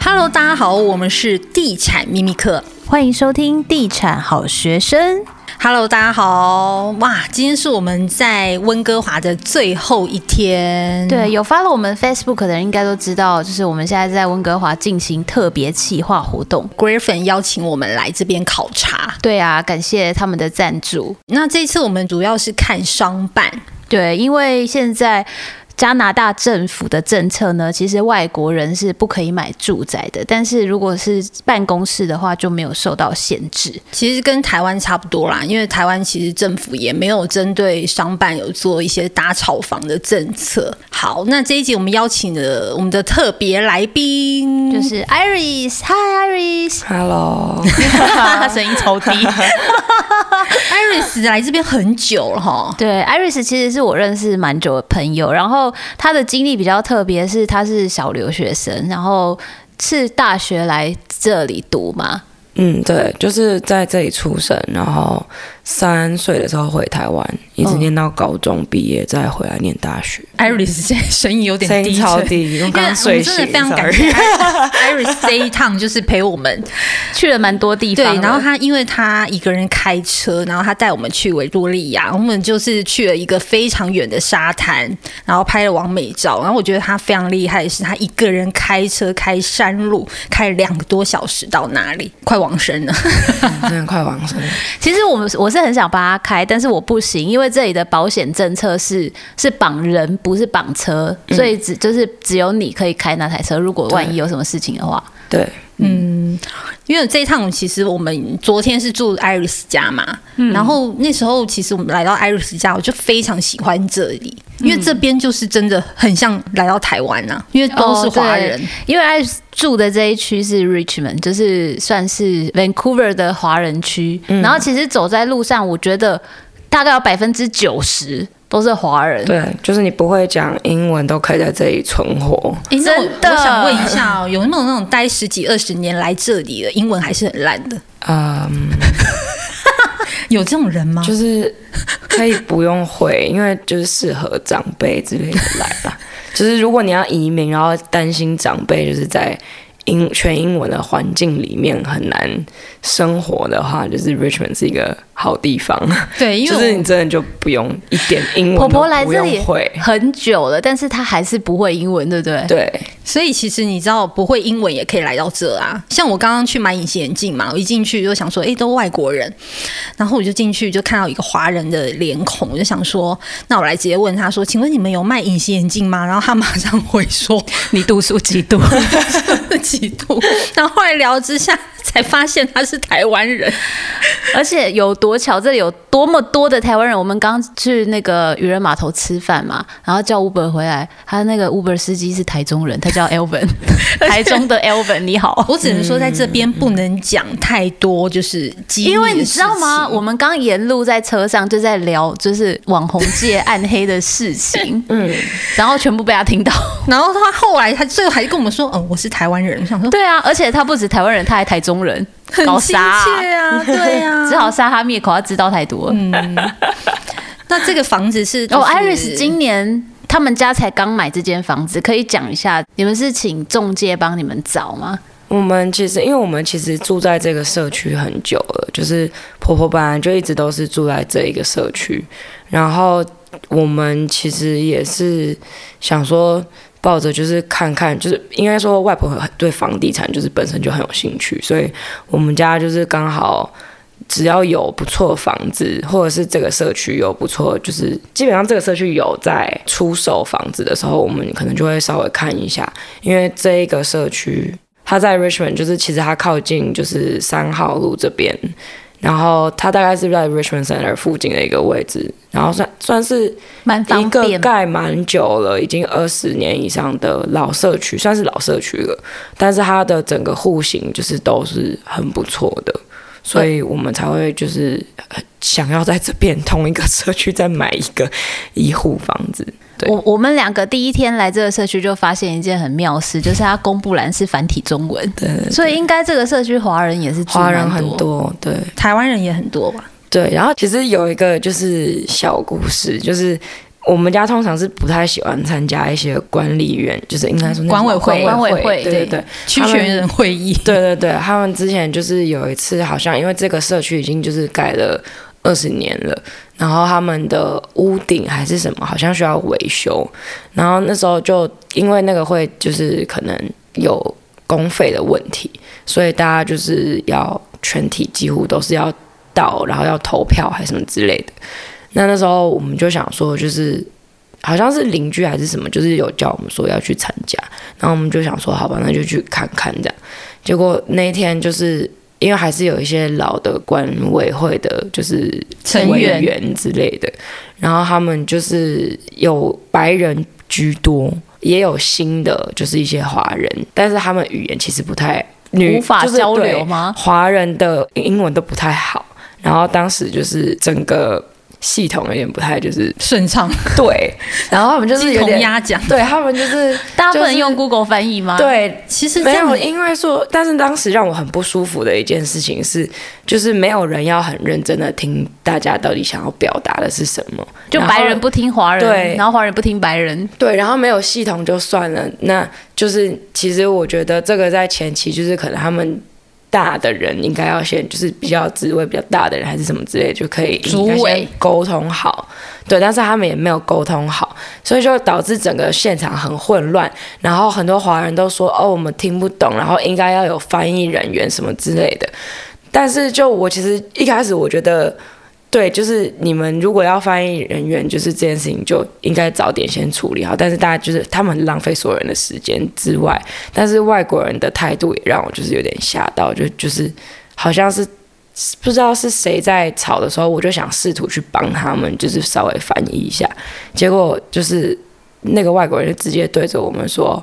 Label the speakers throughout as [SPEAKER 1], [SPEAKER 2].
[SPEAKER 1] Hello，大家好，我们是地产秘密课。
[SPEAKER 2] 欢迎收听《地产好学生》。
[SPEAKER 1] Hello，大家好，哇，今天是我们在温哥华的最后一天。
[SPEAKER 2] 对，有 follow 我们 Facebook 的人应该都知道，就是我们现在在温哥华进行特别企划活动。
[SPEAKER 1] ，Griffin 邀请我们来这边考察。
[SPEAKER 2] 对啊，感谢他们的赞助。
[SPEAKER 1] 那这次我们主要是看商办，
[SPEAKER 2] 对，因为现在。加拿大政府的政策呢，其实外国人是不可以买住宅的，但是如果是办公室的话，就没有受到限制。
[SPEAKER 1] 其实跟台湾差不多啦，因为台湾其实政府也没有针对商办有做一些打炒房的政策。好，那这一集我们邀请了我们的特别来宾，
[SPEAKER 2] 就是 Iris，Hi Iris，
[SPEAKER 3] Hello，
[SPEAKER 2] 声音超低。
[SPEAKER 1] Iris 来这边很久了哈。
[SPEAKER 2] 对，Iris 其实是我认识蛮久的朋友，然后她的经历比较特别，是她是小留学生，然后是大学来这里读嘛。
[SPEAKER 3] 嗯，对，就是在这里出生，然后三岁的时候回台湾，一
[SPEAKER 1] 嗯
[SPEAKER 3] 直念到高中毕业，再回来念大学。
[SPEAKER 1] Iris 现在声音有点
[SPEAKER 3] 声
[SPEAKER 1] 低
[SPEAKER 3] 音
[SPEAKER 1] 沉，
[SPEAKER 3] 超低，我
[SPEAKER 1] 因为我
[SPEAKER 3] 刚刚
[SPEAKER 1] 们
[SPEAKER 3] 睡
[SPEAKER 1] 真的
[SPEAKER 3] 醒。
[SPEAKER 1] 非常感谢
[SPEAKER 3] sorry
[SPEAKER 1] Iris 这一趟就是陪我 们，
[SPEAKER 2] 去了蛮多地
[SPEAKER 1] 对
[SPEAKER 2] 方了，，
[SPEAKER 1] 然后他因为他一个人开车，然后他带我们去维多利亚，我们就是去了一个非常远的沙滩，然后拍了完美照。然后我觉得他非常厉害的是，他一个人开车开山路，开了两个多小时到那里，快往生了。
[SPEAKER 3] 真的快完生了。
[SPEAKER 2] 其实我们我是很想帮他开，但是我不行，因为这里的保险政策是是绑人，不是绑车，
[SPEAKER 1] 嗯
[SPEAKER 2] 所以只就是只有你可以开那台车，如果万一有什么事情的话。
[SPEAKER 3] 对，
[SPEAKER 1] 因为这一趟其实我们昨天是住 Iris 家嘛，
[SPEAKER 2] 嗯
[SPEAKER 1] 然后那时候其实我们来到 Iris 家，我就非常喜欢这里，
[SPEAKER 2] 嗯
[SPEAKER 1] 因为这边就是真的很像来到台湾呐、啊，因为都是华人。
[SPEAKER 2] 哦对因为 Iris 住的这一区是 Richmond，就是算是 Vancouver 的华人区。然后其实走在路上，我觉得大概有百分之九十都是华人。
[SPEAKER 3] 对，就是你不会讲英文都可以在这里存活。
[SPEAKER 1] 诶那我
[SPEAKER 2] 真的
[SPEAKER 1] 我想问一下哦，有没有那种待十几二十年来这里的英文还是很烂的？
[SPEAKER 3] 嗯，
[SPEAKER 1] 有这种
[SPEAKER 2] 哦
[SPEAKER 1] 人吗？
[SPEAKER 3] 就是可以不用回， 因为就是适合长辈之类的来 吧。就是如果你要移民，然后担心长辈就是在英全英文的环境里面很难生活的话，就是 Richmond 是一个好地方。
[SPEAKER 1] 对，因为
[SPEAKER 3] 就
[SPEAKER 1] 我
[SPEAKER 3] 是你真的就不用一点英文，
[SPEAKER 2] 婆婆来这里
[SPEAKER 3] 会。
[SPEAKER 2] 很久了，但是她还是不会英文，对不对？
[SPEAKER 3] 对，
[SPEAKER 1] 所以其实你知道，不会英文也可以来到这啊。像我刚刚去买隐形眼镜嘛，我一进去就想说，诶，都外国人。然后我就进去就看到一个华人的脸孔，我就想说，那我来直接问他说，请问你们有卖隐形眼镜吗？然后他马上回说
[SPEAKER 2] 你读书几 度？
[SPEAKER 1] 几度。然后后来聊之下才发现他是台湾人。
[SPEAKER 2] 而且有多巧，这里有多么多的台湾人。我们刚去那个渔人码头吃饭嘛，然后叫 Uber 回来，他那个 Uber 司机是台中人，他叫 Elvin，台中的 Elvin，你好。
[SPEAKER 1] 我只能说，在这边不能讲太多，就是机密的
[SPEAKER 2] 因为你知道
[SPEAKER 1] 事
[SPEAKER 2] 吗？
[SPEAKER 1] 情
[SPEAKER 2] 我们刚沿路在车上就在聊，就是网红界暗黑的事情， 嗯，然后全部被他 听到。
[SPEAKER 1] 然后他后来他最后还跟我们说，哦，我是台湾人。我想说，
[SPEAKER 2] 对啊，而且他不止台湾人，他还台中人，搞
[SPEAKER 1] 很亲
[SPEAKER 2] 啥、
[SPEAKER 1] 切啊，对 啊，
[SPEAKER 2] 只好杀他灭口，他知道太多了。
[SPEAKER 1] 那这个房子是
[SPEAKER 2] 哦、
[SPEAKER 1] 艾
[SPEAKER 2] i r
[SPEAKER 1] 瑞
[SPEAKER 2] i s
[SPEAKER 1] 斯
[SPEAKER 2] 今年他们家才刚买这间房子，可以讲一下，你们是请中介帮你们找吗？
[SPEAKER 3] 我们其实因为我们其实住在这个社区很久了，就是婆婆本来就一直都是住在这一个社区，然后我们其实也是想说。抱着就是看看，就是应该说外婆很对房地产就是本身就很有兴趣，所以我们家就是刚好只要有不错的房子，或者是这个社区有不错，就是基本上这个社区有在出售房子的时候，我们可能就会稍微看一下，因为这一个社区它在 Richmond，就是其实它靠近就是三号路这边，然后它大概是在 Richmond Center 附近的一个位置，然后算算是
[SPEAKER 2] 蛮
[SPEAKER 3] 一
[SPEAKER 2] 方
[SPEAKER 3] 个
[SPEAKER 2] 便吧，
[SPEAKER 3] 盖蛮久了，已经二十年以上的老社区，算是老社区了。但是它的整个户型就是都是很不错的，所以我们才会就是呃想要在这边同一个社区再买一个一户房子。对
[SPEAKER 2] 我我们两个第一天来这个社区就发现一件很妙事，就是它公布栏是繁体中文，
[SPEAKER 3] 对，
[SPEAKER 2] 所以应该这个社区华人也是住
[SPEAKER 3] 华
[SPEAKER 2] 蛮
[SPEAKER 3] 人很多，对
[SPEAKER 1] 台湾人也很多吧？
[SPEAKER 3] 对。然后其实有一个就是小故事，就是。我们家通常是不太喜欢参加一些管理员，就是应该说那
[SPEAKER 1] 管委会
[SPEAKER 3] 管委
[SPEAKER 2] 管委会
[SPEAKER 3] 对对对，
[SPEAKER 1] 区
[SPEAKER 3] 他们
[SPEAKER 1] 学人会议，
[SPEAKER 3] 对对对，他们之前就是有一次，好像因为这个社区已经就是盖了二十年了，然后他们的屋顶还是什么，好像需要维修，然后那时候就因为那个会就是可能有公费的问题，所以大家就是要全体几乎都是要到，然后要投票还是什么之类的。那那时候我们就想说，就是好像是邻居还是什么，就是有叫我们说要去参加，然后我们就想说，好吧，那就去看看这样。结果那一天就是因为还是有一些老的管委会的，就是
[SPEAKER 1] 成
[SPEAKER 3] 委
[SPEAKER 1] 员
[SPEAKER 3] 员之类的，然后他们就是有白人居多，也有新的，就是一些华人，但是他们语言其实不太女
[SPEAKER 2] 无法
[SPEAKER 3] 就是
[SPEAKER 2] 交
[SPEAKER 3] 对
[SPEAKER 2] 流吗？
[SPEAKER 3] 华人的英文都不太好，然后当时就是整个系统有点不太就是
[SPEAKER 1] 顺畅，
[SPEAKER 3] 对，然后他们就是
[SPEAKER 1] 鸡
[SPEAKER 3] 有
[SPEAKER 1] 同
[SPEAKER 3] 点
[SPEAKER 1] 鸭讲。
[SPEAKER 3] 对他们就是
[SPEAKER 2] 大家不
[SPEAKER 3] 就
[SPEAKER 2] 能
[SPEAKER 3] 是
[SPEAKER 2] 用 Google 翻译吗？，
[SPEAKER 3] 对
[SPEAKER 1] 其实这
[SPEAKER 3] 没有，
[SPEAKER 1] 样
[SPEAKER 3] 因为说，但是当时让我很不舒服的一件事情是，就是没有人要很认真的听大家到底想要表达的是什么，
[SPEAKER 2] 就
[SPEAKER 3] 然后
[SPEAKER 2] 白人不听华人，
[SPEAKER 3] 对
[SPEAKER 2] 然后华人不听白人，
[SPEAKER 3] 对，然后没有系统就算了，那就是其实我觉得这个在前期就是可能他们。大的人应该要先就是比较职位比较大的人还是什么之类，就可以
[SPEAKER 1] 主委
[SPEAKER 3] 应该先沟通好，对，但是他们也没有沟通好，所以就导致整个现场很混乱。然后很多华人都说哦，我们听不懂，然后应该要有翻译人员什么之类的。但是就我其实一开始我觉得，对，就是你们如果要翻译人员，就是这件事情就应该早点先处理好。但是大家就是他们很浪费所有人的时间之外，但是外国人的态度也让我就是有点吓到，就就是好像是。不知道是谁在吵的时候，我就想试图去帮他们，就是稍微翻译一下。结果就是那个外国人就直接对着我们说：“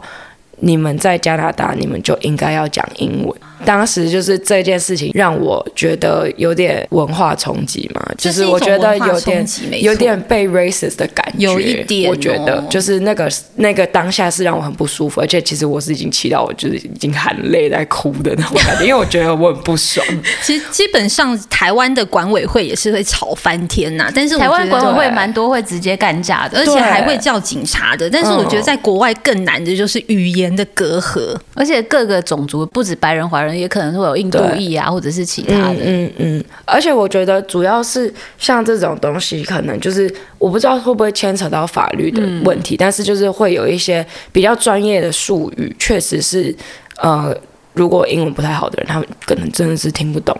[SPEAKER 3] 你们在加拿大，你们就应该要讲英文。”当时就是这件事情让我觉得有点文化冲击嘛，就
[SPEAKER 1] 这
[SPEAKER 3] 是
[SPEAKER 1] 一
[SPEAKER 3] 我
[SPEAKER 1] 种
[SPEAKER 3] 觉得
[SPEAKER 1] 文化
[SPEAKER 3] 有
[SPEAKER 1] 冲
[SPEAKER 3] 点
[SPEAKER 1] 击没
[SPEAKER 3] 有
[SPEAKER 1] 错
[SPEAKER 3] 点被 racist 的感觉，
[SPEAKER 1] 有一点
[SPEAKER 3] 我觉得
[SPEAKER 1] 哦
[SPEAKER 3] 就是那个那个当下是让我很不舒服，而且其实我是已经气到我就是已经含泪在哭的那种感觉，因为我觉得我很不 爽。
[SPEAKER 1] 其实基本上台湾的管委会也是会吵翻天呐、但是我
[SPEAKER 2] 台湾
[SPEAKER 1] 觉得
[SPEAKER 2] 管委会蛮多会直接干架的，
[SPEAKER 1] 而
[SPEAKER 2] 而且
[SPEAKER 1] 且
[SPEAKER 3] 对
[SPEAKER 1] 还会叫警察的。但是我觉得在国外更难的就是语言的隔阂，
[SPEAKER 2] 而且各个种族不止白人、华人，也可能会有印度
[SPEAKER 3] 对
[SPEAKER 2] 裔啊，或者是其他的。
[SPEAKER 3] 嗯嗯嗯，而且我觉得主要是像这种东西，可能就是我不知道会不会牵扯到法律的问题，但是就是会有一些比较专业的术语，确实是呃，如果英文不太好的人，他们可能真的是听不懂，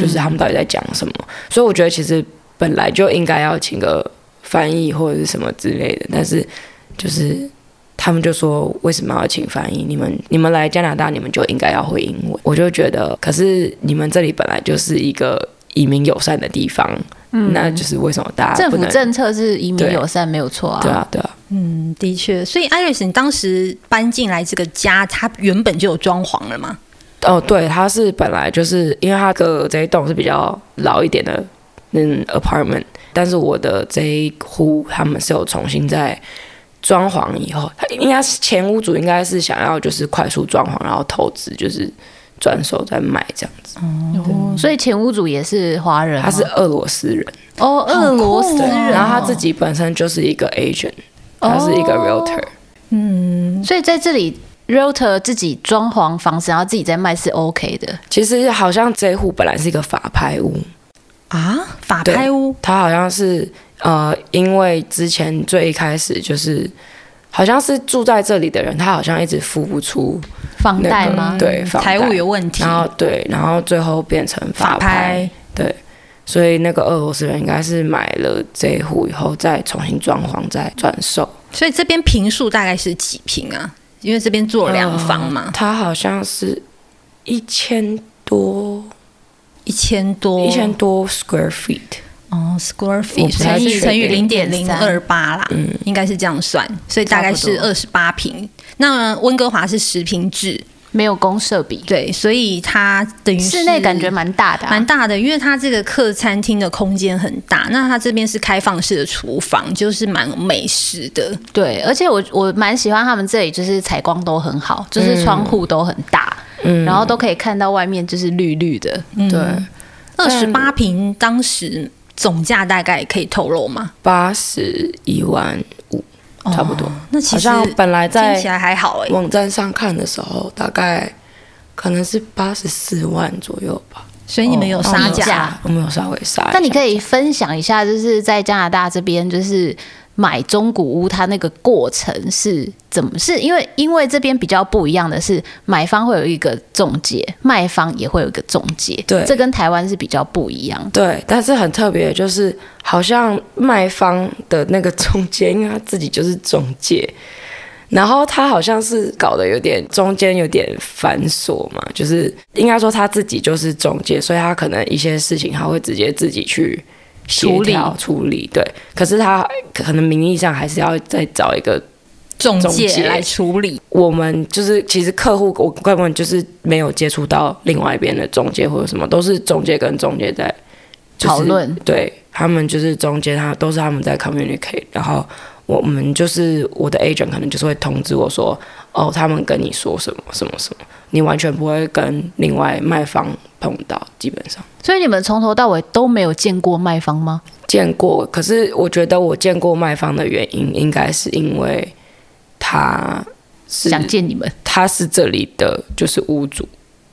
[SPEAKER 3] 就是他们到底在讲什么。所以我觉得其实本来就应该要请个翻译或者是什么之类的，但是就是。他们就说为什么要请翻译？你们你们来加拿大，你们就应该要会英文。我就觉得，可是你们这里本来就是一个移民友善的地方，那就是为什么大家
[SPEAKER 2] 政
[SPEAKER 3] 啊不
[SPEAKER 2] 府嗯
[SPEAKER 3] 能？
[SPEAKER 2] 政策是移民
[SPEAKER 3] 对
[SPEAKER 2] 友善，没有错啊。
[SPEAKER 3] 对啊，对啊，
[SPEAKER 1] 嗯，的确。所以艾瑞斯，你当时搬进来这个家，它原本就有装潢了吗？
[SPEAKER 3] 哦，对，他是本来就是因为他的这一栋是比较老一点的，嗯，apartment，但是我的这一户他们是有重新在装潢以后，他应该是前屋主应该是想要就是快速装潢，然后投资就是转手再卖这样子。
[SPEAKER 2] 哦所以前屋主也是华人吗，啊
[SPEAKER 3] 他是俄罗斯人。
[SPEAKER 2] 哦，俄罗
[SPEAKER 1] 好
[SPEAKER 2] 斯
[SPEAKER 1] 酷
[SPEAKER 2] 人
[SPEAKER 1] 哦
[SPEAKER 2] 哦，
[SPEAKER 3] 然后他自己本身就是一个 agent，他是一个 realtor，、
[SPEAKER 2] 所以在这里，realtor 自己装潢房子，然后自己再卖是 OK 的。
[SPEAKER 3] 其实好像这一户本来是一个法拍屋，
[SPEAKER 1] 啊，法
[SPEAKER 3] 对
[SPEAKER 1] 拍屋
[SPEAKER 3] 他好像是呃，因为之前最一开始就是好像是住在这里的人，他好像一直付不出
[SPEAKER 2] 房
[SPEAKER 3] 那
[SPEAKER 2] 贷
[SPEAKER 3] 个
[SPEAKER 2] 吗？
[SPEAKER 3] 对，嗯房
[SPEAKER 1] 财
[SPEAKER 3] 贷
[SPEAKER 1] 务有问题，
[SPEAKER 3] 然后对，然后最后变成
[SPEAKER 1] 法
[SPEAKER 3] 法拍，对。所以那个俄罗斯人应该是买了这一户以后，再重新装潢，再转售。
[SPEAKER 1] 所以这边平数大概是几平啊？因为这边做两房嘛，
[SPEAKER 3] 他好像是一千多，
[SPEAKER 1] 一千多，
[SPEAKER 3] 一千多 square feet。
[SPEAKER 1] 哦，square
[SPEAKER 3] 我
[SPEAKER 1] feet
[SPEAKER 3] 不太
[SPEAKER 1] 乘以
[SPEAKER 3] 确定嗯
[SPEAKER 1] 乘以零点零二八啦，应该是这样算，所以大概是
[SPEAKER 2] 差不
[SPEAKER 1] 二十八平。那温哥华是十平制，
[SPEAKER 2] 没有公设比，
[SPEAKER 1] 对，所以它等于是
[SPEAKER 2] 室内感觉蛮大的啊、
[SPEAKER 1] 蛮大的，因为它这个客餐厅的空间很大，那它这边是开放式的厨房，就是蛮美式的。
[SPEAKER 2] 对，而且我我蛮喜欢他们这里，就是采光都很好，就是窗户都很大，
[SPEAKER 1] 嗯
[SPEAKER 2] 然
[SPEAKER 3] 嗯
[SPEAKER 2] 后都可以看到外面就是绿绿的。
[SPEAKER 3] 对，
[SPEAKER 1] 二十八平当时总价大概可以透露吗？
[SPEAKER 3] 八十一万五，差不多。
[SPEAKER 1] 那其
[SPEAKER 3] 哦好
[SPEAKER 1] 实
[SPEAKER 3] 像本来
[SPEAKER 1] 听起
[SPEAKER 3] 在
[SPEAKER 1] 来还好哎、
[SPEAKER 3] 网站上看的时候，大概可能是八十四万左右吧。
[SPEAKER 1] 所以你们有杀
[SPEAKER 2] 哦
[SPEAKER 1] 价、
[SPEAKER 3] 我们有稍微杀一下，
[SPEAKER 2] 但你可以分享一下，就是在加拿大这边，就是买中古屋，它那个过程是怎么？是因为因为这边比较不一样的是，买方会有一个中介，卖方也会有一个中介，
[SPEAKER 3] 对
[SPEAKER 2] 这跟台湾是比较不一样。
[SPEAKER 3] 对，但是很特别，就是好像卖方的那个中介，因为他自己就是中介，然后他好像是搞得有点中间有点繁琐嘛，就是应该说他自己就是中介，所以他可能一些事情他会直接自己去协
[SPEAKER 2] 处理
[SPEAKER 3] 调处理，对。可是他可能名义上还是要再找一个
[SPEAKER 1] 中
[SPEAKER 3] 中
[SPEAKER 1] 介
[SPEAKER 3] 介
[SPEAKER 1] 来处理？
[SPEAKER 3] 我们就是其实客户，我根本就是没有接触到另外一边的中介或者什么，都是中介跟中介在、就是
[SPEAKER 2] 讨论
[SPEAKER 3] 对他们就是中间他都是他们在 communicate，然后我们就是我的 agent 可能就是会通知我说，哦，他们跟你说什么什么什么，你完全不会跟另外卖方碰到，基本上。
[SPEAKER 2] 所以你们从头到尾都没有见过卖方吗？
[SPEAKER 3] 见过，可是我觉得我见过卖方的原因，应该是因为他是
[SPEAKER 2] 想见你们。
[SPEAKER 3] 他是这里的就是屋主，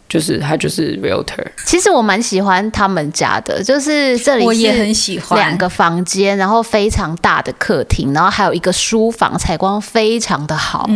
[SPEAKER 3] 就是他就是 realtor，
[SPEAKER 2] 其实我蛮喜欢他们家的，就是这里
[SPEAKER 1] 我也
[SPEAKER 2] 是
[SPEAKER 1] 很喜欢
[SPEAKER 2] 两个房间，然后非常大的客厅，然后还有一个书房，采光非常的好。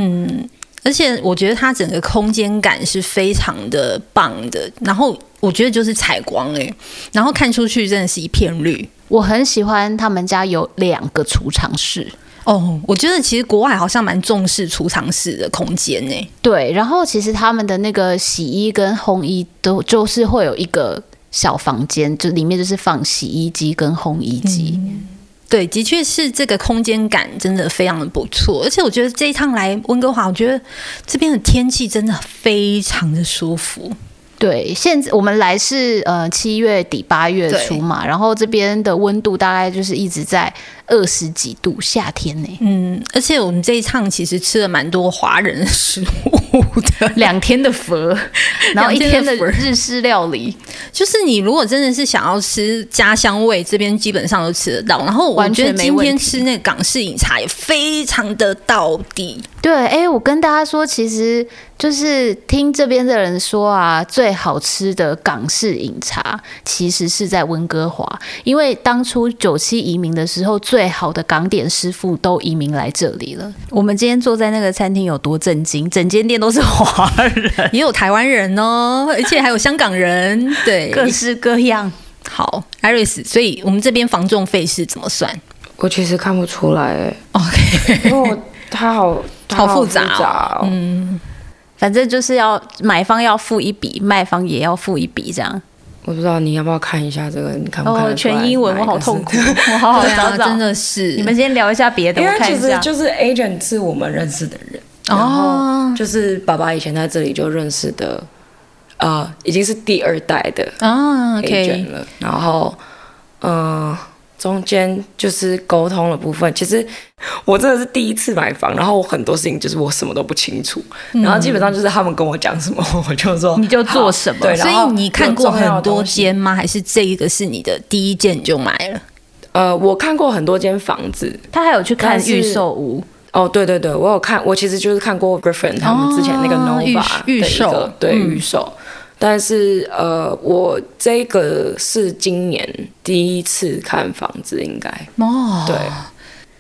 [SPEAKER 1] 而且我觉得它整个空间感是非常的棒的，然后我觉得就是采光哎、然后看出去真的是一片绿
[SPEAKER 2] 我很喜欢他们家有两个储藏室，
[SPEAKER 1] 哦。我觉得其实国外好像蛮重视储藏室的空间哎、
[SPEAKER 2] 对，然后其实他们的那个洗衣跟烘衣都就是会有一个小房间，就里面就是放洗衣机跟烘衣机。
[SPEAKER 1] 对，的确是这个空间感真的非常的不错，而且我觉得这一趟来温哥华，我觉得这边的天气真的非常的舒服。
[SPEAKER 2] 对，现在我们来是呃七月底八月初嘛，然后这边的温度大概就是一直在二十几度，夏天呢、
[SPEAKER 1] 嗯，而且我们这一趟其实吃了蛮多华人的食物 的，
[SPEAKER 2] 两天的佛， 然后一天的日式料理，
[SPEAKER 1] 就是你如果真的是想要吃家乡味，这边基本上都吃得到。然后我
[SPEAKER 2] 完
[SPEAKER 1] 觉
[SPEAKER 2] 全
[SPEAKER 1] 得
[SPEAKER 2] 没
[SPEAKER 1] 今
[SPEAKER 2] 问
[SPEAKER 1] 天
[SPEAKER 2] 题
[SPEAKER 1] 吃那个港式饮茶也非常的到 底，
[SPEAKER 2] 对，哎，我跟大家说，其实就是听这边的人说啊，最好吃的港式饮茶其实是在温哥华，因为当初九七移民的时候，最好的港点师傅都移民来这里了。我们今天坐在那个餐厅有多震惊，整间店都是华人，
[SPEAKER 1] 也有台湾人 哦，而且还有香港人。对，
[SPEAKER 2] 各式各样。
[SPEAKER 1] 好，艾瑞斯，所以我们这边房仲费是怎么算
[SPEAKER 3] 我其实看不出来、 欸，
[SPEAKER 1] ？OK，
[SPEAKER 3] 因为我他好他
[SPEAKER 1] 好
[SPEAKER 3] 好
[SPEAKER 1] 复杂哦
[SPEAKER 3] 杂哦
[SPEAKER 2] 嗯反正就是要买方要付一笔，卖方也要付一笔，这样。
[SPEAKER 3] 我不知道你要不要看一下这个，你看不看得出来、
[SPEAKER 2] 哦，全英文，我好痛苦，
[SPEAKER 3] 哪一个是。
[SPEAKER 2] 我好好
[SPEAKER 1] 对
[SPEAKER 2] 找
[SPEAKER 1] 啊，
[SPEAKER 2] 找。
[SPEAKER 1] 真的是
[SPEAKER 2] 你们先聊一下别的，
[SPEAKER 3] 因
[SPEAKER 2] 我
[SPEAKER 3] 为
[SPEAKER 2] 看
[SPEAKER 3] 其
[SPEAKER 2] 一
[SPEAKER 3] 实
[SPEAKER 2] 下。
[SPEAKER 3] 就是 agent 是我们认识的人，然
[SPEAKER 1] 哦
[SPEAKER 3] 后
[SPEAKER 2] 嗯
[SPEAKER 3] 就是爸爸以前在这里就认识的，呃，已经是第二代的
[SPEAKER 1] 啊
[SPEAKER 3] agent
[SPEAKER 1] ，OK，
[SPEAKER 3] 了。然后，嗯、中间就是沟通的部分，其实我真的是第一次买房，然后我很多事情就是我什么都不清楚，
[SPEAKER 1] 嗯
[SPEAKER 3] 然后基本上就是他们跟我讲什么， 我就说
[SPEAKER 2] 你就做
[SPEAKER 3] 好
[SPEAKER 2] 什么
[SPEAKER 3] 对，
[SPEAKER 1] 所
[SPEAKER 3] 然后
[SPEAKER 1] 以你看过
[SPEAKER 3] 有重要的
[SPEAKER 1] 很多
[SPEAKER 3] 东西
[SPEAKER 1] 间吗？还是这一个是你的第一间你就买了？
[SPEAKER 3] 呃，我看过很多间房子，
[SPEAKER 2] 他还有去看
[SPEAKER 3] 但是
[SPEAKER 2] 预售屋，
[SPEAKER 3] 哦，对对对，我有看，我其实就是看过 Griffin 他们之前那个
[SPEAKER 1] 哦
[SPEAKER 3] Nova
[SPEAKER 1] 预预
[SPEAKER 3] 的一
[SPEAKER 1] 售嗯
[SPEAKER 3] 个对预售，但是呃，我这个是今年第一次看房子，应该
[SPEAKER 1] 哦，
[SPEAKER 3] 对，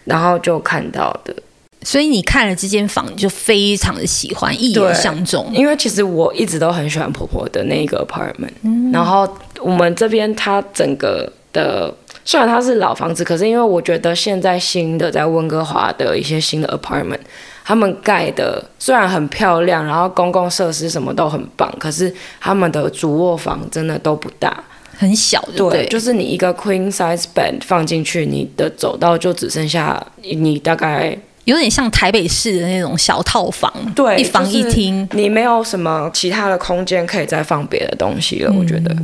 [SPEAKER 3] 然后就看到的，
[SPEAKER 1] 所以你看了这间房，你就非常的喜欢，一眼
[SPEAKER 3] 对
[SPEAKER 1] 相中。
[SPEAKER 3] 因为其实我一直都很喜欢婆婆的那个 apartment，、然后我们这边它整个的虽然它是老房子，可是因为我觉得现在新的在温哥华的一些新的 apartment，他们盖的虽然很漂亮，然后公共设施什么都很棒，可是他们的主卧房真的都不大，
[SPEAKER 1] 很小就对
[SPEAKER 3] 对，就是你一个 queen size bed 放进去，你的走道就只剩下你大概
[SPEAKER 1] 有点像台北市的那种小套房，
[SPEAKER 3] 对，
[SPEAKER 1] 一房一厅。
[SPEAKER 3] 就是你没有什么其他的空间可以再放别的东西了，
[SPEAKER 1] 嗯
[SPEAKER 3] 我觉得。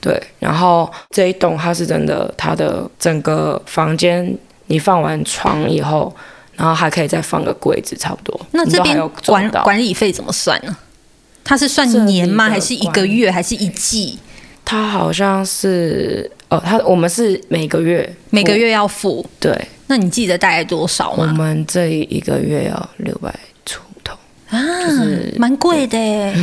[SPEAKER 3] 对，然后这一栋它是真的，它的整个房间你放完床以后，然后还可以再放个柜子，差不多。
[SPEAKER 1] 那
[SPEAKER 3] 你
[SPEAKER 1] 这
[SPEAKER 3] 都还
[SPEAKER 1] 边
[SPEAKER 3] 有
[SPEAKER 1] 管
[SPEAKER 3] 走道
[SPEAKER 1] 管理费怎么算呢？它是算
[SPEAKER 3] 这里
[SPEAKER 1] 年吗？
[SPEAKER 3] 的
[SPEAKER 1] 还是一个
[SPEAKER 3] 管
[SPEAKER 1] 月？还是一季？
[SPEAKER 3] 它好像是哦，他我们是每个月
[SPEAKER 1] 每个月要付，
[SPEAKER 3] 对，
[SPEAKER 1] 那你记得大概多少
[SPEAKER 3] 我
[SPEAKER 1] 吗？
[SPEAKER 3] 们这一个月要六百出头，
[SPEAKER 1] 啊
[SPEAKER 3] 就是，
[SPEAKER 1] 蛮贵的耶，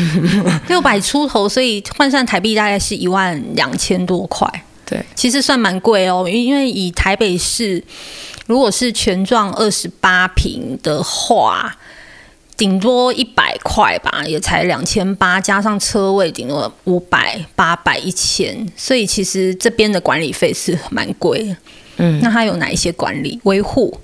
[SPEAKER 1] 六百出头，所以换算台币大概是一万两千多块。
[SPEAKER 3] 对，
[SPEAKER 1] 其实算蛮贵哦，因因为以台北市，如果是全幢二十八平的话，顶多一百块吧，也才两千八，加上车位顶多五百、八百、一千，所以其实这边的管理费是蛮贵的。
[SPEAKER 3] 嗯，
[SPEAKER 1] 那它有哪一些管理维护？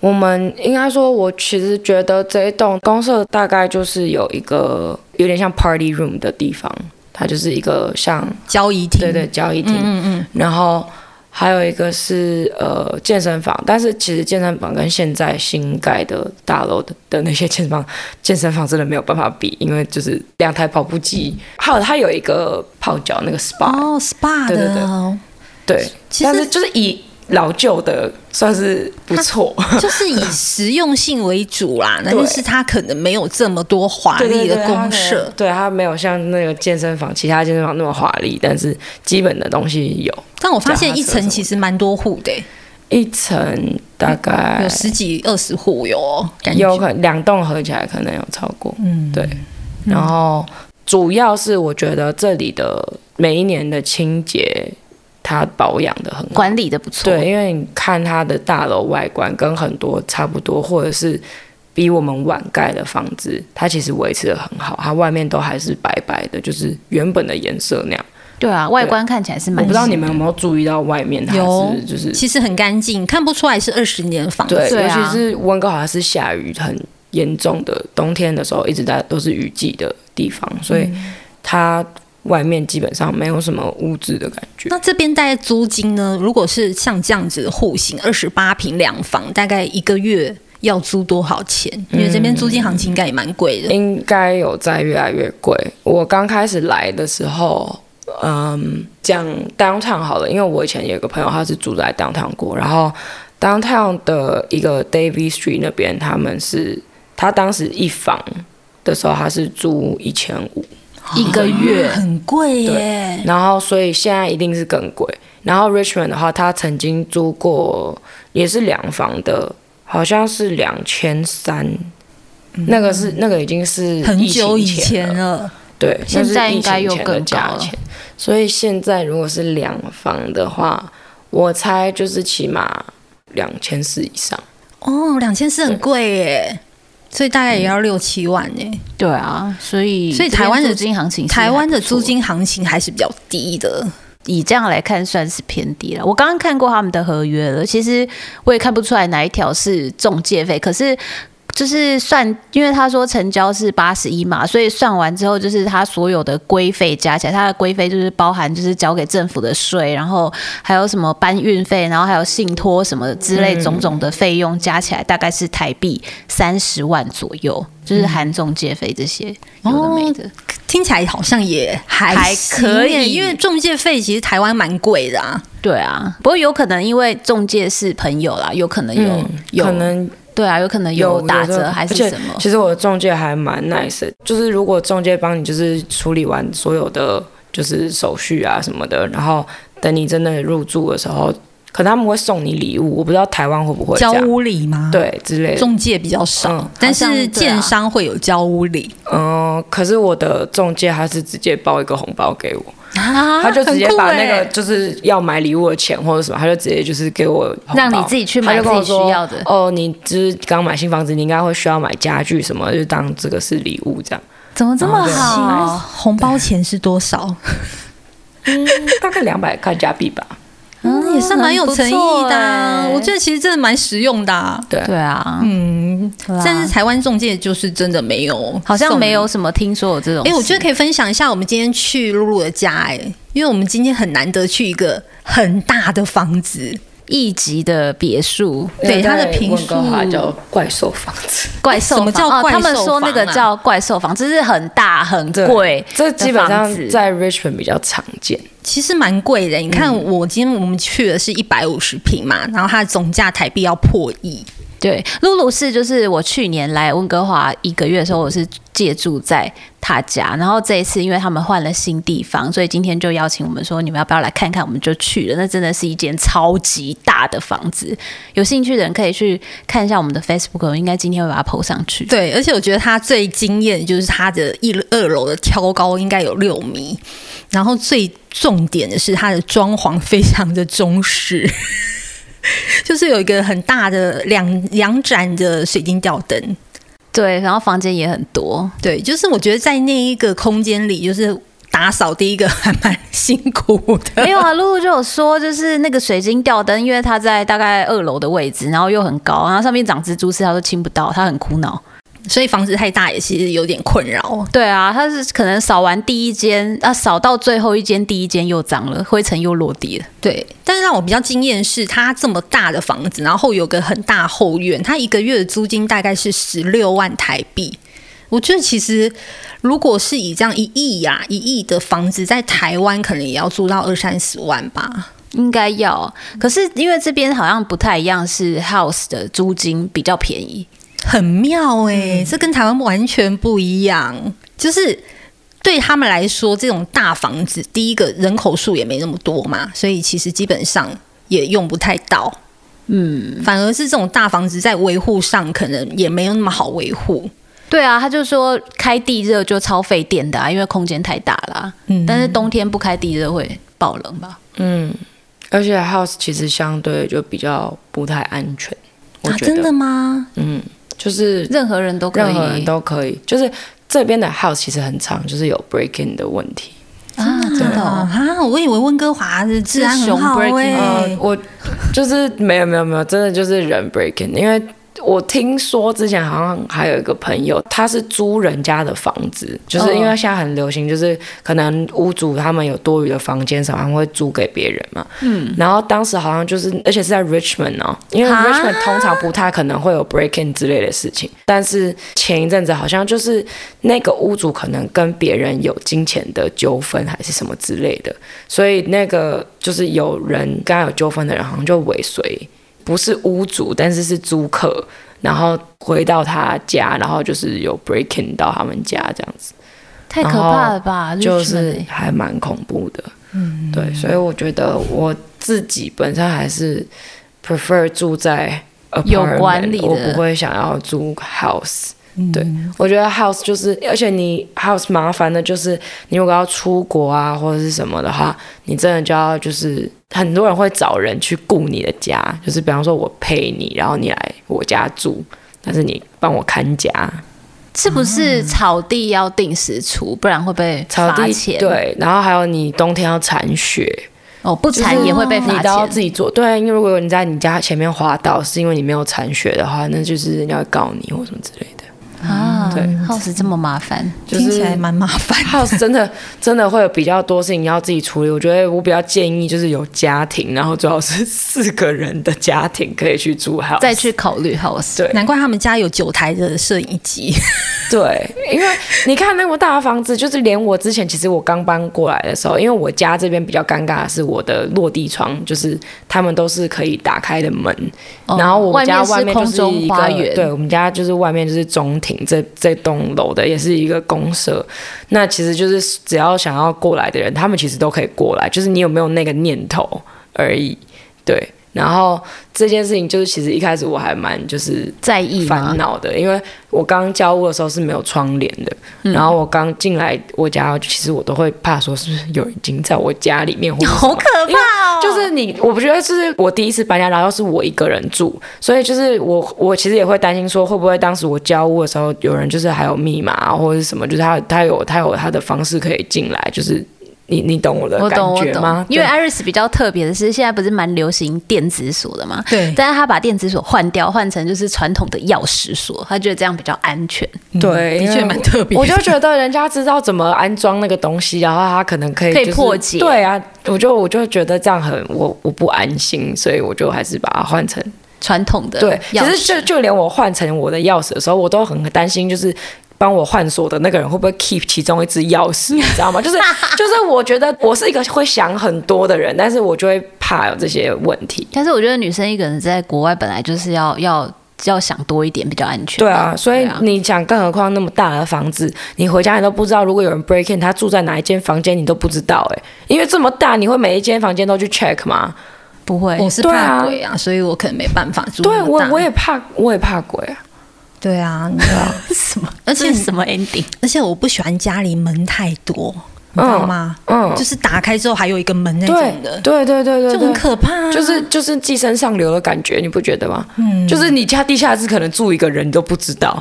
[SPEAKER 3] 我们应该说，我其实觉得这一栋公社大概就是有一个有点像 party room 的地方，它就是一个像
[SPEAKER 1] 交易厅？
[SPEAKER 3] 对对交易厅，
[SPEAKER 1] 嗯嗯，
[SPEAKER 3] 然后还有一个是呃健身房，但是其实健身房跟现在新盖的大楼的的那些健身房， 健身房真的没有办法比，因为就是两台跑步机，还有它有一个泡脚那个 SPA，、
[SPEAKER 1] 哦，SPA
[SPEAKER 3] 对对对
[SPEAKER 1] 的哦，
[SPEAKER 3] 对，
[SPEAKER 1] 其
[SPEAKER 3] 但是
[SPEAKER 1] 实
[SPEAKER 3] 就是以老旧的算是不错，
[SPEAKER 1] 就是以实用性为主啦，那就
[SPEAKER 3] 对
[SPEAKER 1] 是它可能没有这么多华
[SPEAKER 3] 对对
[SPEAKER 1] 丽
[SPEAKER 3] 对
[SPEAKER 1] 的
[SPEAKER 3] 它可
[SPEAKER 1] 公
[SPEAKER 3] 能
[SPEAKER 1] 社。
[SPEAKER 3] 对它没有像那个健身房其他健身房那么华丽，但是基本的东西有
[SPEAKER 1] 但我发现
[SPEAKER 3] 脚踏
[SPEAKER 1] 一
[SPEAKER 3] 车什
[SPEAKER 1] 层
[SPEAKER 3] 么
[SPEAKER 1] 其实蛮多户的欸、
[SPEAKER 3] 一层大概
[SPEAKER 1] 有十几二十户有哦，感觉
[SPEAKER 3] 哎有可能两栋合起来可能有超过，
[SPEAKER 1] 嗯
[SPEAKER 3] 对然后主要是我觉得这里的每一年的清洁，它保养的很好。
[SPEAKER 2] 管理的不错。
[SPEAKER 3] 对，因为你看它的大楼外观跟很多差不多，或者是比我们晚盖的房子，它其实维持的很好，它外面都还是白白的，就是原本的颜色那样。
[SPEAKER 2] 对啊，外观看起来是
[SPEAKER 3] 我
[SPEAKER 2] 蛮。
[SPEAKER 3] 不知道你们有没有注意到外面它
[SPEAKER 1] 有
[SPEAKER 3] 是就是
[SPEAKER 1] 其实很干净，看不出来是二十年房子。
[SPEAKER 3] 对，
[SPEAKER 2] 对啊
[SPEAKER 3] 尤其是温哥华是下雨很严重的，冬天的时候一直在都是雨季的地方，所以
[SPEAKER 2] 嗯
[SPEAKER 3] 它外面基本上没有什么污渍的感觉。
[SPEAKER 1] 那这边大概租金呢？如果是像这样子的户型，二十八平两房，大概一个月要租多少钱？因为这边租金行情应该也蛮贵的。
[SPEAKER 3] 应该有在越来越贵。我刚开始来的时候，嗯，讲 downtown 好了，因为我以前有个朋友，他是住在 downtown 过，然后 downtown 的一个 Davy Street 那边，他们是他当时一房的时候，他是租一千五，
[SPEAKER 2] 一个月
[SPEAKER 1] 很贵耶，
[SPEAKER 3] 然后所以现在一定是更贵。然后 Richmond 的话，他曾经租过也是两房的，好像是两千三。那个是那个已经是
[SPEAKER 1] 很
[SPEAKER 3] 疫情
[SPEAKER 1] 久以
[SPEAKER 3] 前
[SPEAKER 1] 前
[SPEAKER 3] 了，
[SPEAKER 1] 了。
[SPEAKER 3] 对，
[SPEAKER 2] 现在
[SPEAKER 3] 那是疫
[SPEAKER 2] 应该
[SPEAKER 3] 情
[SPEAKER 2] 又
[SPEAKER 3] 前
[SPEAKER 2] 更
[SPEAKER 3] 的价
[SPEAKER 2] 高了
[SPEAKER 3] 钱。所以现在如果是两房的话，我猜就是起码两千四以上。
[SPEAKER 1] 哦，两千四很贵耶，所以大概也要六七万耶。
[SPEAKER 2] 对啊，所以
[SPEAKER 1] 所以台湾的
[SPEAKER 2] 这边租金行情是还不错，
[SPEAKER 1] 台湾的租金行情还是比较低的。
[SPEAKER 2] 以这样来看算是偏低了。我刚刚看过他们的合约了，其实我也看不出来哪一条是中介费，可是。就是算，因为他说成交是八十一嘛，所以算完之后，就是他所有的规费加起来，他的规费就是包含就是交给政府的税，然后还有什么搬运费，然后还有信托什么之类种种的费用加起来，大概是台币三十万左右，就是含中介费这些有的没的。
[SPEAKER 1] 听起来好像也还
[SPEAKER 2] 还
[SPEAKER 1] 行
[SPEAKER 2] 可
[SPEAKER 1] 耶
[SPEAKER 2] 以
[SPEAKER 1] 因为中介费其实台湾蛮贵的啊。
[SPEAKER 2] 对啊，不过有可能因为中介是朋友啦，有可能有、有
[SPEAKER 3] 嗯可能
[SPEAKER 2] 对啊，有可能
[SPEAKER 3] 有
[SPEAKER 2] 打
[SPEAKER 3] 这
[SPEAKER 2] 折还是
[SPEAKER 3] 而且
[SPEAKER 2] 什么？
[SPEAKER 3] 其实我的中介还蛮 nice，的就是如果中介帮你就是处理完所有的就是手续啊什么的，然后等你真的入住的时候，可能他们会送你礼物，我不知道台湾会不会这
[SPEAKER 1] 交
[SPEAKER 3] 样，
[SPEAKER 1] 屋礼吗？，
[SPEAKER 3] 对之类的。
[SPEAKER 1] 中介比较少，
[SPEAKER 3] 嗯
[SPEAKER 1] 但
[SPEAKER 2] 好
[SPEAKER 1] 是
[SPEAKER 2] 像对啊
[SPEAKER 1] 建商会有交屋礼
[SPEAKER 3] 嗯、可是我的中介他是直接包一个红包给我。
[SPEAKER 1] 啊
[SPEAKER 3] 他就直接
[SPEAKER 1] 很酷
[SPEAKER 3] 把那个
[SPEAKER 2] 欸
[SPEAKER 1] 耶
[SPEAKER 3] 就是要买礼物的钱或者什么，他就直接就是给我红包
[SPEAKER 2] 让你自己去买
[SPEAKER 3] 他就跟我
[SPEAKER 2] 自己
[SPEAKER 3] 说
[SPEAKER 2] 需要的
[SPEAKER 3] 哦，你就是刚买新房子，你应该会需要买家具什么，就当这个是礼物这样。
[SPEAKER 2] 怎么这么
[SPEAKER 1] 啊
[SPEAKER 2] 好？
[SPEAKER 1] 红包钱是多少？
[SPEAKER 3] 大概两百块加币吧。
[SPEAKER 1] 嗯，也是蛮有诚意的啊、
[SPEAKER 2] 很不错耶
[SPEAKER 1] 我觉得其实真的蛮实用的、啊。
[SPEAKER 3] 对，
[SPEAKER 2] 对啊，
[SPEAKER 1] 嗯，
[SPEAKER 2] 对啊
[SPEAKER 1] 但是台湾中介就是真的没有，
[SPEAKER 2] 好像没有。什么听说有这种事。
[SPEAKER 1] 哎、我觉得可以分享一下我们今天去露露的家、哎，因为我们今天很难得去一个很大的房子，
[SPEAKER 2] 一级的别墅，
[SPEAKER 1] 对他的评
[SPEAKER 3] 温哥华
[SPEAKER 1] 述
[SPEAKER 3] 叫怪兽房子，
[SPEAKER 2] 怪兽
[SPEAKER 1] 什么
[SPEAKER 2] 房
[SPEAKER 1] 叫
[SPEAKER 2] 哦
[SPEAKER 1] 怪
[SPEAKER 2] 他们
[SPEAKER 1] 兽
[SPEAKER 2] 说那个
[SPEAKER 1] 房啊
[SPEAKER 2] 叫怪兽房，这是很大很
[SPEAKER 3] 对
[SPEAKER 2] 贵的
[SPEAKER 3] 这
[SPEAKER 2] 房子，
[SPEAKER 3] 基本上在 Richmond 比较常见。
[SPEAKER 1] 其实蛮贵的。你看，我今天我们去的是一百五十平嘛，然后它的总价台币要破亿，
[SPEAKER 2] 对，露露是就是我去年来温哥华一个月的时候，我是借住在他家，然后这一次因为他们换了新地方，所以今天就邀请我们说你们要不要来看看，我们就去了。那真的是一间超级大的房子，有兴趣的人可以去看一下我们的 Facebook，我应该今天会把它 PO 上去。
[SPEAKER 1] 对，而且我觉得它最惊艳就是它的一二楼的挑高应该有六米，然后最重点的是它的装潢非常的中式， 就是有一个很大的两两盏的水晶吊灯。
[SPEAKER 2] 对，然后房间也很多，
[SPEAKER 1] 对，就是我觉得在那一个空间里，就是打扫第一个还蛮辛苦的。
[SPEAKER 2] 没有啊，露露就有说，就是那个水晶吊灯，因为它在大概二楼的位置，然后又很高，然后上面长蜘蛛丝，他都亲不到，他很苦恼。
[SPEAKER 1] 所以房子太大也其实有点困扰。
[SPEAKER 2] 对啊，他是可能扫完第一间啊，扫到最后一间，第一间又脏了，灰尘又落地了。
[SPEAKER 1] 对，但是让我比较惊艳是，它这么大的房子，然后有个很大后院，它一个月的租金大概是十六万台币。我觉得其实如果是以这样一亿呀、一亿的房子，在台湾可能也要租到二三十万吧。
[SPEAKER 2] 应该要，可是因为这边好像不太一样，是 house 的租金比较便宜，
[SPEAKER 1] 很妙哎、
[SPEAKER 3] 嗯
[SPEAKER 1] 这跟台湾完全不一样，就是。对他们来说，这种大房子，第一个人口数也没那么多嘛，所以其实基本上也用不太到。嗯，反而是这种大房子在维护上，可能也没有那么好维护。
[SPEAKER 2] 对啊，他就说开地热就超费电的啊，因为空间太大啦、
[SPEAKER 1] 嗯
[SPEAKER 2] 但是冬天不开地热会爆冷吧？
[SPEAKER 3] 嗯，而且 house 其实相对就比较不太安全，我
[SPEAKER 1] 啊，
[SPEAKER 3] 觉得，
[SPEAKER 1] 真的吗？
[SPEAKER 3] 嗯，就是
[SPEAKER 2] 任何人都可以，
[SPEAKER 3] 任何人都可以，就是这边的 house 其实很长，就是有 break in 的问题。嗯
[SPEAKER 2] 啊，
[SPEAKER 1] 真
[SPEAKER 2] 真的
[SPEAKER 1] 的哦
[SPEAKER 2] 哦、
[SPEAKER 1] 啊，我以为温哥华的治安很好
[SPEAKER 2] 是熊 breaking
[SPEAKER 1] 哎、
[SPEAKER 3] 呃，我就是没有没有没有，真的就是人 break in，因为我听说之前好像还有一个朋友，他是租人家的房子，就是因为现在很流行，就是可能屋主他们有多余的房间，常常会租给别人嘛。嗯，然后当时好像就是，而且是在 Richmond 哦，因为
[SPEAKER 2] 啊
[SPEAKER 3] Richmond 通常不太可能会有 break in 之类的事情，但是前一阵子好像就是那个屋主可能跟别人有金钱的纠纷还是什么之类的，所以那个就是有人跟他有纠纷的人，好像就尾随，不是屋主，但是是租客，然后回到他家，然后就是有 breaking 到他们家这样子，
[SPEAKER 2] 太可怕了吧？
[SPEAKER 3] 就是
[SPEAKER 2] 日本欸
[SPEAKER 3] 还蛮恐怖的。嗯，对，所以我觉得我自己本身还是 prefer 住在 apartment,
[SPEAKER 2] 有管理的嗯
[SPEAKER 3] 我不会想要租 house。对，我觉得 house 就是，而且你 house 麻烦的就是，你如果要出国啊或者是什么的话，你真的就要就是很多人会找人去雇你的家，就是比方说我陪你，然后你来我家住，但是你帮我看家，
[SPEAKER 2] 是不是草地要定时除，不然会被
[SPEAKER 3] 草
[SPEAKER 2] 罚
[SPEAKER 3] 地
[SPEAKER 2] 钱？，
[SPEAKER 3] 对，然后还有你冬天要铲雪，
[SPEAKER 2] 哦，不铲也会被
[SPEAKER 3] 你
[SPEAKER 2] 罚
[SPEAKER 3] 都要自
[SPEAKER 2] 钱。
[SPEAKER 3] 己做。对，因为如果你在你家前面滑倒，是因为你没有铲雪的话，那就是人家会告你或什么之类的。
[SPEAKER 2] 啊
[SPEAKER 3] 对
[SPEAKER 2] ，house 这么麻烦，
[SPEAKER 3] 就是、
[SPEAKER 1] 听起来蛮麻 烦。
[SPEAKER 3] house 真的真的会有比较多事情要自己处理。我觉得我比较建议就是有家庭，然后最好是四个人的家庭可以去住 house。
[SPEAKER 2] 再去考虑 house。
[SPEAKER 3] 对
[SPEAKER 1] 难怪他们家有九台的摄影 机，
[SPEAKER 3] 对，因为你看那么大的房子，就是连我之前其实我刚搬过来的时候，因为我家这边比较尴尬的是我的落地窗，就是他们都是可以打开的门，
[SPEAKER 2] 哦
[SPEAKER 3] 然后我们
[SPEAKER 2] 外
[SPEAKER 3] 家
[SPEAKER 2] 面是
[SPEAKER 3] 外面就
[SPEAKER 2] 空
[SPEAKER 3] 是一
[SPEAKER 2] 中
[SPEAKER 3] 个
[SPEAKER 2] 花园
[SPEAKER 3] 对我们家就是外面就是中庭这这栋楼的也是一个公社，那其实就是只要想要过来的人，他们其实都可以过来，就是你有没有那个念头而已，对。然后这件事情就是，其实一开始我还蛮就是
[SPEAKER 2] 在意吗
[SPEAKER 3] 烦？恼的，因为我刚交屋的时候是没有窗帘的，
[SPEAKER 2] 嗯
[SPEAKER 3] 然后我刚进来我家，其实我都会怕说是不是有人已经在我家里面，或者什么
[SPEAKER 2] 好可 怕哦！
[SPEAKER 3] 就是你，我不觉得就是我第一次搬家，然后又是我一个人住，所以就是我我其实也会担心说会不会当时我交屋的时候有人就是还有密码、啊、或者是什么，就是他他有他有他的方式可以进来，就是你你懂我的
[SPEAKER 2] 我
[SPEAKER 3] 感
[SPEAKER 2] 懂我
[SPEAKER 3] 觉吗
[SPEAKER 2] 懂？，因为
[SPEAKER 3] 对
[SPEAKER 2] Iris 比较特别的是，现在不是蛮流行电子锁的嘛？
[SPEAKER 1] 对
[SPEAKER 2] 但是他把电子锁换掉，换成就是传统的钥匙锁，他觉得这样比较安全。
[SPEAKER 3] 对，
[SPEAKER 1] 嗯的
[SPEAKER 3] 因为
[SPEAKER 1] 确蛮特别的。
[SPEAKER 3] 我就觉得人家知道怎么安装那个东西，然后他可能可以、
[SPEAKER 2] 可以
[SPEAKER 3] 就是、
[SPEAKER 2] 破解
[SPEAKER 3] 对啊，我就我就觉得这样很我我不安心，所以我就还是把它换成
[SPEAKER 2] 传统的
[SPEAKER 3] 对。其
[SPEAKER 2] 钥
[SPEAKER 3] 实
[SPEAKER 2] 匙
[SPEAKER 3] 就就连我换成我的钥匙的时候，我都很担心，就是。帮我换锁的那个人会不会 keep 其中一只钥匙，你知 道吗？就是就是，我觉得我是一个会想很多的人，但是我就会怕有这些问题。
[SPEAKER 2] 但是我觉得女生一个人在国外本来就是要要要想多一点，比较安全。
[SPEAKER 3] 对啊，所以
[SPEAKER 2] 对啊
[SPEAKER 3] 你想，更何况那么大的房子，你回家你都不知道，如果有人 break in，他住在哪一间房间，你都不知道哎、因为这么大，你会每一间房间都去 check 吗？
[SPEAKER 2] 不会，
[SPEAKER 1] 我是
[SPEAKER 3] 对啊
[SPEAKER 1] 怕鬼啊，所以我可能没办法住那
[SPEAKER 3] 对
[SPEAKER 1] 么
[SPEAKER 3] 我
[SPEAKER 1] 大。
[SPEAKER 3] 我也怕，我也怕鬼啊。
[SPEAKER 1] 对啊，你知道
[SPEAKER 2] 什么？
[SPEAKER 1] 而
[SPEAKER 2] 而
[SPEAKER 1] 且
[SPEAKER 3] 嗯
[SPEAKER 2] 且什么 ending？
[SPEAKER 1] 而且我不喜欢家里门太多，你知道吗？
[SPEAKER 3] 嗯，
[SPEAKER 1] 就是打开之后还有一个门那
[SPEAKER 3] 对
[SPEAKER 1] 种的，
[SPEAKER 3] 对对对对，
[SPEAKER 1] 就很
[SPEAKER 3] 对
[SPEAKER 1] 可怕、啊。
[SPEAKER 3] 就是就是寄生上流的感觉，你不觉得吗？嗯，就是你家地下室可能住一个人，你都不知道，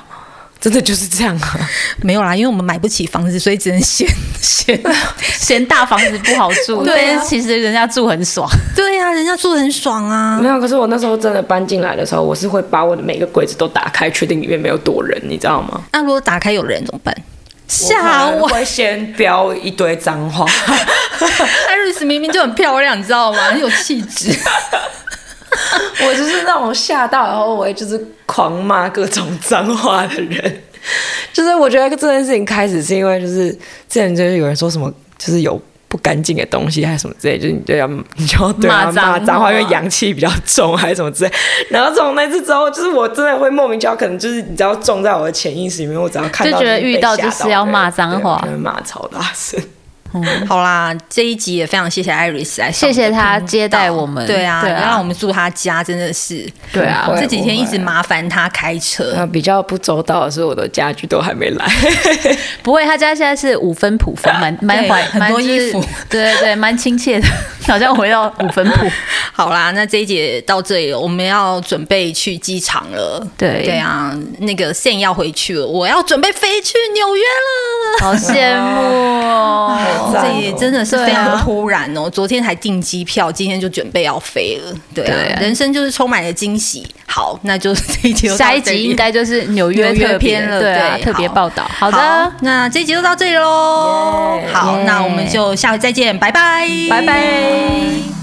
[SPEAKER 3] 真的就是这样啊。
[SPEAKER 1] 没有啦，因为我们买不起房子，所以只能先 先。
[SPEAKER 2] 嫌大房子不好住，
[SPEAKER 1] 对啊
[SPEAKER 2] 但是 其实人家住很爽。
[SPEAKER 1] 对呀、人家住得很爽啊
[SPEAKER 3] 没。有，可是我那时候真的搬进来的时候，我是会把我的每个柜子都打开，确定里面没有躲人，你知道吗？
[SPEAKER 1] 那如果打开有人怎么办？吓
[SPEAKER 3] 吓我
[SPEAKER 1] 我！
[SPEAKER 3] 会先飙一堆脏 话，
[SPEAKER 1] 艾瑞斯明明就很漂亮，你知 道吗？很有气质。
[SPEAKER 3] 我就是那种吓到，然后我会就是狂骂各种脏话的人。就是我觉得这件事情开始是因为就是之前就是有人说什么就是有不干净的东西还是什么之类，就是你就要你就要对他
[SPEAKER 2] 骂脏
[SPEAKER 3] 骂脏话，
[SPEAKER 2] 话
[SPEAKER 3] 因为阳气比较重还是什么之类。然后从那次之后，就是我真的会莫名其妙，可能就是你知道种在我的潜意识里面，我只要看到
[SPEAKER 2] 就觉得
[SPEAKER 3] 是被
[SPEAKER 2] 遇到
[SPEAKER 3] 吓
[SPEAKER 2] 就是要
[SPEAKER 3] 的
[SPEAKER 2] 骂
[SPEAKER 3] 人
[SPEAKER 2] 脏
[SPEAKER 3] 对
[SPEAKER 2] 话
[SPEAKER 3] 我就会骂超大声。
[SPEAKER 1] 好啦，这一集也非常谢谢艾瑞斯来上我们的
[SPEAKER 2] 谢谢他
[SPEAKER 1] 频道
[SPEAKER 2] 接待我们
[SPEAKER 1] 对啊，
[SPEAKER 2] 对啊
[SPEAKER 1] 要让我们住他家，真的是。
[SPEAKER 2] 对 啊
[SPEAKER 1] 哦这几天一直麻烦他开车。
[SPEAKER 3] 那比较不周到的是，我的家具都还没来。
[SPEAKER 2] 不会，他家现在是五分埔风， 蛮蛮
[SPEAKER 1] 对
[SPEAKER 2] 怀
[SPEAKER 1] 很
[SPEAKER 2] 蛮
[SPEAKER 1] 多
[SPEAKER 2] 就是
[SPEAKER 1] 衣服，
[SPEAKER 2] 对对对，蛮亲 切的，好像回到五分埔。
[SPEAKER 1] 好啦，那这一节到这里了，我们要准备去机场了。
[SPEAKER 2] 对
[SPEAKER 1] 对啊，那个线要回去了，我要准备飞去纽约了。
[SPEAKER 2] 好羡慕哦！
[SPEAKER 3] 赞
[SPEAKER 1] 这
[SPEAKER 3] 哦
[SPEAKER 1] 也真的是
[SPEAKER 2] 对啊
[SPEAKER 1] 非常突然哦！昨天还订机票，今天就准备要飞了。对啊，
[SPEAKER 2] 对
[SPEAKER 1] 人生就是充满了惊喜。好，那就这一集就到
[SPEAKER 2] 下一
[SPEAKER 1] 这里
[SPEAKER 2] 集应该就是纽约
[SPEAKER 1] 纽约
[SPEAKER 2] 特别
[SPEAKER 1] 篇了
[SPEAKER 2] 对啊，
[SPEAKER 1] 对
[SPEAKER 2] 特别
[SPEAKER 1] 好
[SPEAKER 2] 报道。好的，，
[SPEAKER 1] 那这一集就到这里喽。好，
[SPEAKER 2] 耶
[SPEAKER 1] 那我们就下回再见，拜拜，
[SPEAKER 2] 拜拜。